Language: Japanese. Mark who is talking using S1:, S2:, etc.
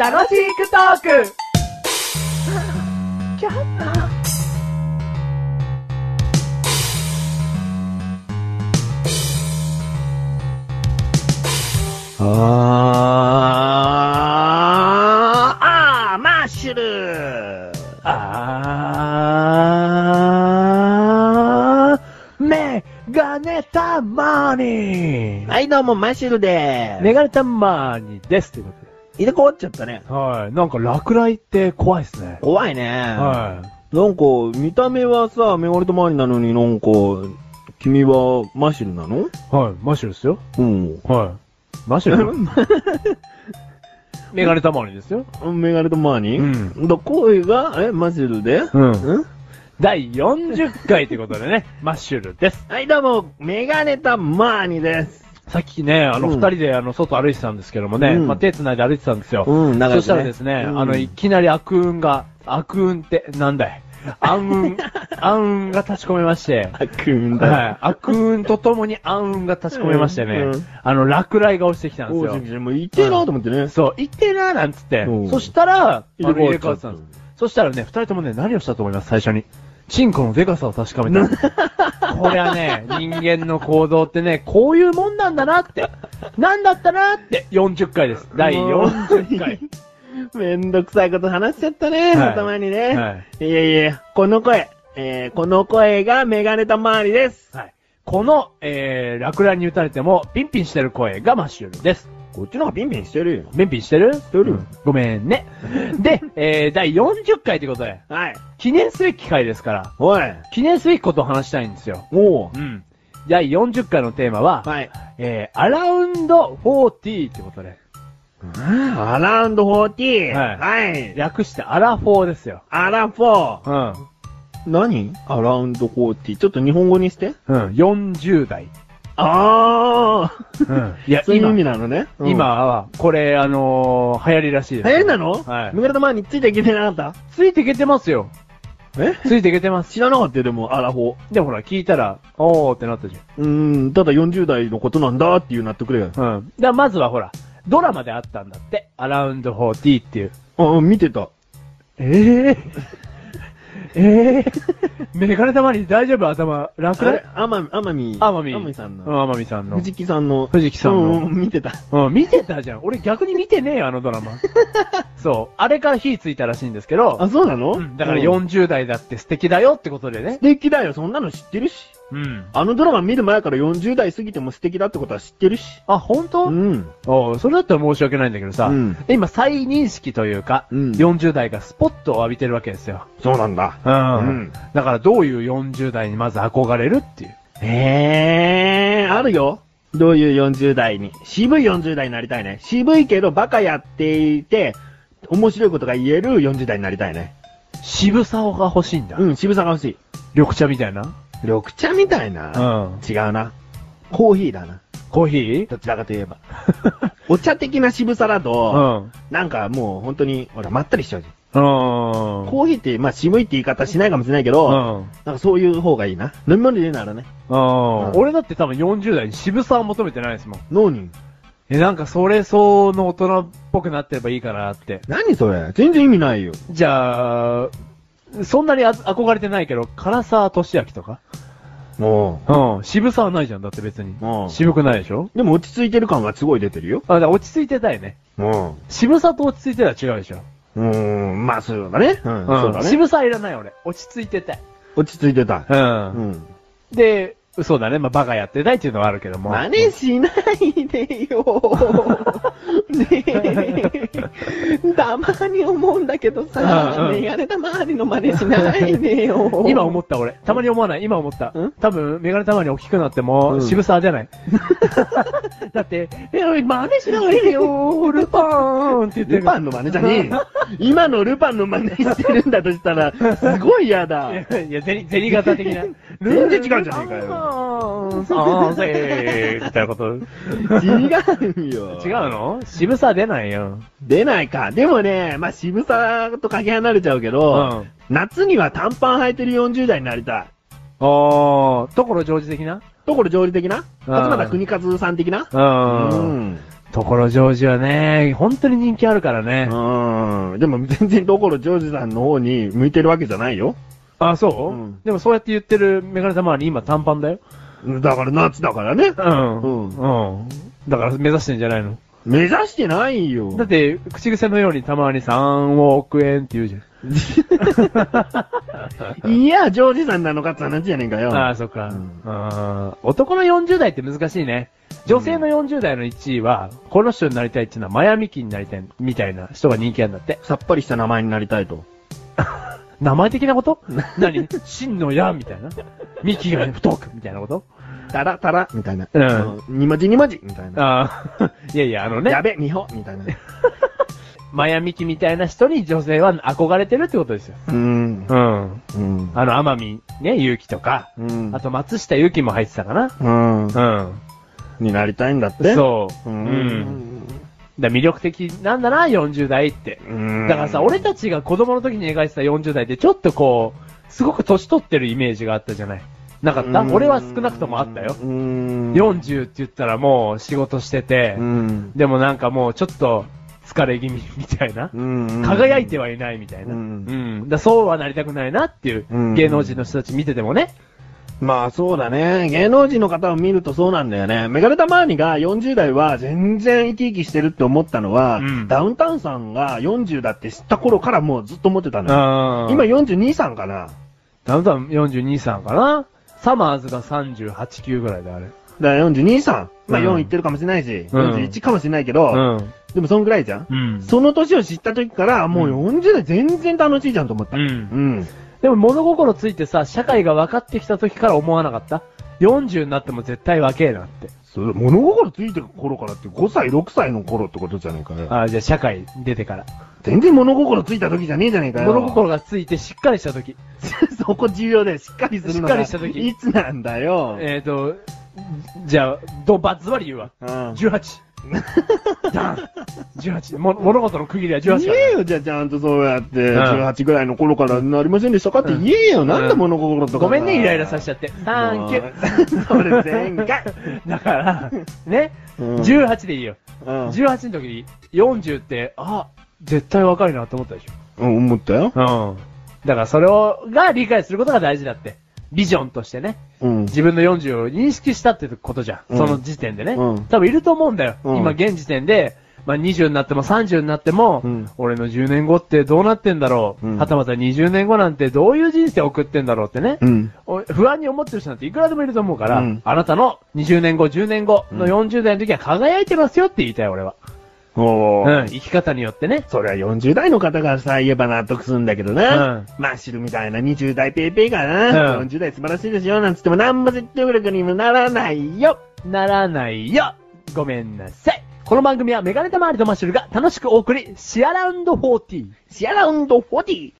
S1: 楽しくトーク
S2: あー、あー、マッシュルあー、メガネたまにはい、どうも、マッシュルで
S3: メガネたまーにですということ
S2: す。入れ替わっちゃったね。
S3: で。はい。なんか落雷って怖いですね。
S2: 怖いね。
S3: は
S2: なんか、見た目はさ、メガネたまになのになんか、君はマッシュルなの
S3: い。はい。マッシュルですよ。
S2: うん。
S3: はい。マッシュ ルメガネたまにですよ。
S2: メガネたまに
S3: うん
S2: だ、声が、え、マッシュルで
S3: うん。
S2: ん
S3: 第40回ということで ね、マッシュルです。
S2: はい、どうも、メガネたまーにです。
S3: さっきね、あの、
S2: うん
S3: 二人であの、外歩いてたんですけどもね、
S2: うん
S3: まあ、手繋いで歩いてたんですよ。
S2: うん仲良くね
S3: そしたらですね、
S2: うん
S3: あの、いきなり悪運が、悪運って、なんだい。暗 運、暗運が立ち込めまして。
S2: あくんだ。
S3: はい。悪運とともに暗運が立ち込めましてね、
S2: うんうん
S3: あの、落雷が落ちてきたん
S2: お
S3: で
S2: う、
S3: す
S2: ジンキ。シャ
S3: よ
S2: ンもう痛えなと思ってね。
S3: そう、行ってなーなんつって
S2: うん。
S3: そしたら、あの
S2: 入
S3: 入
S2: れ
S3: れ
S2: 替
S3: 替
S2: わ
S3: わ
S2: っ
S3: って
S2: た
S3: た
S2: ん
S3: ん
S2: で
S3: ですす。そしたらね、二人ともね、何をしたと思います、最初に。チンコのデカさを確かめた。 こりゃね、人間の行動ってね、こういうもんなんだなって。なんだったなって、40回です。第40回。
S2: めんどくさいこと話しちゃったね、
S3: はい
S2: たまにね。、
S3: はい
S2: えいえ、この声、えー、この声がメガネたまーにです。
S3: はい。この、えー、落雷に打たれても、ピンピンしてる声がマッシュルです。
S2: こっちの方がビンビンしてるよ。
S3: ピンピンしてるして
S2: るよ
S3: ごめんね。で、えー、第40回ということで、
S2: はい。
S3: 記念すべき回ですから、
S2: おい。
S3: 記念すべきことを話したいんですよ。
S2: おう。
S3: うん。第40回のテーマは、
S2: はい。
S3: えー、アラウンド40ってことで、
S2: アラウンド40。
S3: はい
S2: はい。
S3: 略してアラフォーですよ。
S2: アラフォー。
S3: うん。
S2: 何アラウンド40。ちょっと日本語にして。
S3: うん、40代。
S2: あ ー。
S3: うん。いや、
S2: そういう
S3: 今
S2: 意味、なのね。うん
S3: 今は、これ、あのー、流行りらしいです。
S2: 流行りなの
S3: はい
S2: メガネたまーについていけてなかっ
S3: ついていけてますよ。
S2: たえ
S3: ついていけてます。
S2: 知らなかったよ、でも、アラフォー。
S3: で、ほら、聞いたら、おーってなったじ
S2: うーん、ただ40代のことなんだっていう納得だよ。
S3: ゃん。うん。だからまずはほら、ドラマであったんだって。アラウンド40っていう。
S2: あ、見てた。
S3: ええ ええメガネ玉に大丈夫頭、楽
S2: あれ
S3: だ
S2: 天海、天海。
S3: 天海。
S2: 天海さん
S3: う
S2: の。
S3: 天海さんの。
S2: 藤木さんの。
S3: 藤木さんの
S2: うん、見てた。
S3: うん、見てたじゃん。俺逆に見てねえよ、あのド ラマ。そう。あれから火ついたらしいんですけ
S2: あ、
S3: ど、
S2: そうなの
S3: うんだから
S2: うん
S3: 40代だって素敵だよってことでね
S2: 素。敵だよ、そんなの知ってるし。
S3: うん。
S2: あのドラマ見る前から40代過ぎても素敵だってことは知ってるし。
S3: あ、本当？
S2: うん。
S3: おうそれだったら申し訳ないんだけどさ、
S2: うん
S3: 今再認識というか、
S2: うん
S3: 40代がスポットを浴びてるわけですよ。
S2: そうなんだ。
S3: うん
S2: うん
S3: だからどういう40代にまず憧れるっていう。
S2: へー、あるよ。どういう40代に。渋い40代になりたいね。渋いけどバカやっていて、面白いことが言える40代になりたいね。
S3: 渋さが欲しいんだ。
S2: うん、渋さが欲しい。
S3: 緑茶みたいな。
S2: 緑茶みたいな。
S3: ん。
S2: 違うな。コーヒーだな。
S3: コーヒー
S2: どちらかといえば。 お茶的な渋さだと、
S3: ん。
S2: なんかもう本当に、ほら、まったりしちゃうじゃん。
S3: うん。
S2: コーヒーって、まあ渋いって言い方しないかもしれないけど、
S3: うん。
S2: なんかそういう方がいいな。飲み物で言うならね。
S3: うん
S2: うん
S3: 俺だって多分40代に渋さを求めてないですもん。
S2: 脳に。
S3: え、なんかそれ相応の大人っぽくなってればいいかなって。
S2: 何それ全然意味ないよ。
S3: じゃあ、そんなにあ憧れてないけど、唐沢俊明とか
S2: も
S3: うん。渋さはないじゃん、だって別に。
S2: うん
S3: 渋くないでしょ
S2: う。でも落ち着いてる感がすごい出てるよ。
S3: あ、だから落ち着いてたよね。
S2: うん。
S3: 渋さと落ち着いてたら違うでしょ。
S2: うーん、まあそうだね。うん、そうだね。
S3: 渋さはいらない俺。落ち着いてたい。
S2: 落ち着いてた。
S3: うん
S2: うん。
S3: で、そうだね。まあ、バカやってないっていうのはあるけども。
S2: 真似しないでよ。ねえ。たまに思うんだけど
S3: うん
S2: さ、
S3: うん
S2: メガネたまわりの真似しないでよ
S3: 。今思った俺。たまに思わない。今思った
S2: うん。
S3: 多分、メガネたまに大きくなって
S2: う
S3: も、
S2: ん
S3: 渋さじゃない。 だって、え、おい真似しないでよルパーンって言ってる。
S2: ルパンの真似じゃねえ よ。今のルパンの真似してるんだとしたら、すごい嫌だ。
S3: いやいや、ゼリ、ゼリ型的な。
S2: 全然違うじゃねえかよ
S3: よ。 そうせーみたいなこと。違
S2: 違うよ。
S3: うの渋さ出ないよ。
S2: 出ないか。でもね、まあ、渋さとかけ離れちゃうけど、
S3: うん
S2: 夏には短パン履いてる40代になりたい。
S3: おー、ところ常時的な
S2: ところ上理的な
S3: うん
S2: 勝俣国和さん的な
S3: う。
S2: うんん。
S3: ところジョージはね、本当に人気あるからね。
S2: うん。でも全然所ジョージさんの方に向いてるわけじゃないよ。
S3: あ、そう、
S2: うん
S3: でもそうやって言ってるメガネたまわり今短パンだよ。
S2: だから夏だからね。
S3: うん。
S2: うん
S3: うん。だから目指してんじゃないの
S2: 目指してないよ。
S3: だって、口癖のようにたまに3億円って言うじゃん。
S2: いや、ジョージさんなのかって話やねんかよ。
S3: ああ、そっか、
S2: うん
S3: あー男の40代って難しいね。女性の40代の1位は、この人になりたいっていうのは、マヤミキになりたい、みたいな人が人気なんだって。
S2: さっぱりした名前になりたいと。
S3: 名前的なこと何真の矢みた いな。ミキが太くみたいなこと
S2: たらたらみたいな。
S3: うん
S2: ん。にまじにまじみたいな。
S3: ああ、いやいや、あのね
S2: や、べ、みほみたいな。う
S3: マヤミキみたいな人に女性は憧れてるってことですよ。
S2: ーん
S3: う。ん。
S2: うん。
S3: あの、天海ね、ゆうきとか、
S2: うん
S3: あと松下ゆうきも入ってたかな。
S2: うん。
S3: うん。
S2: になりたいんだって。
S3: そう。
S2: う
S3: う
S2: ー
S3: ん。
S2: ん。
S3: だから魅力的なんだな、40代って。
S2: うん。
S3: だからさ、俺たちが子供の時に描いてた40代ってちょっとこう、すごく年取ってるイメージがあったじゃない。なかった
S2: うん
S3: 俺は少なくともあったよ。
S2: うーん。
S3: 40って言ったらもう仕事してて
S2: う、ん。
S3: でもなんかもうちょっと疲れ気味みたいな。
S2: うん。
S3: 輝いて
S2: は。
S3: はいないみたいな。
S2: う
S3: うんん。だからそうはなりたくないなっていう
S2: うん、
S3: 芸能人の人たち見ててもね。
S2: まあそうだね。芸能人の方を見るとそうなんだよね。メガネタマーニが40代は全然生き生きしてるって思ったのは、
S3: うん
S2: ダウンタウンさんが40だって知った頃からもうずっと思ってたのよ。
S3: あ
S2: 今
S3: 今、
S2: 42さんかな。
S3: ダウンタウン42さんかなサマーズが38、9ぐらいであれ。
S2: だから42さん。まあ
S3: うん
S2: 4いってるかもしれないし、
S3: うん
S2: 41かもしれないけど、
S3: うん。
S2: でもそんぐらいじゃん。
S3: うん。
S2: その年を知った時から、もう40代全然楽しいじゃんと思った。
S3: うん
S2: うん。
S3: でも物心ついてさ、社会が分かってきた時から思わなかった ?40 になっても絶対若えなって。
S2: それ物心ついてる頃からって5歳、6歳の頃ってことじゃねえかよ。
S3: ああ、じゃあ社会出てから。
S2: 全然物心ついた時じゃねえじゃねえかよ。
S3: 物心がついてしっかりした時。
S2: そこ重要だよ。しっかりするのが。
S3: しっかりした時
S2: いつなんだよ。
S3: えーと、じゃあ、ど、ばっずばり言うわ。
S2: うん。
S3: 18。ダン !18。も物事の区切りは18
S2: 言
S3: だ
S2: えよ、じゃあちゃんとそうやって、
S3: ん
S2: 18ぐらいの頃からなりませんでしたかって言えよ。
S3: うん
S2: なんで物心とか。
S3: ごめんね、イライラさせちゃって。サンキュー。
S2: ュー。それ全回。
S3: だ から、ね、
S2: うん
S3: 18でいいよ。
S2: うん
S3: 18の時に40って、あ、絶対若いなって思ったでしょ。
S2: うん、思ったよ。
S3: うん。だからそれを、が理解することが大事だって。ビジョンとしてね。
S2: うん。
S3: 自分の40を認識したってことじゃん。
S2: うん
S3: その時点でね。
S2: うん
S3: 多分いると思うんだよ。
S2: うん
S3: 今現時点で、まあ20になっても30になっても、
S2: うん
S3: 俺の10年後ってどうなってんだろう、
S2: うん
S3: はたまた20年後なんてどういう人生送ってんだろうってね。
S2: うん。
S3: お不安に思ってる人なんていくらでもいると思うから、
S2: うん
S3: あなたの20年後、10年後の40代の時は輝いてますよって言いたい、俺は。
S2: お
S3: う
S2: ー
S3: ん。生き方によってね。
S2: そりゃ40代の方がさ、言えば納得するんだけどな。
S3: うん
S2: マッシュルみたいな20代ペーペーがな、
S3: うん
S2: 40代素晴らしいですよ、なんつっても何も説得力にもならないよ。
S3: ならないよごめんなさいこの番組はメガネタマーリとマッシュルが楽しくお送り、シアラウンド40。
S2: シアラウンド40。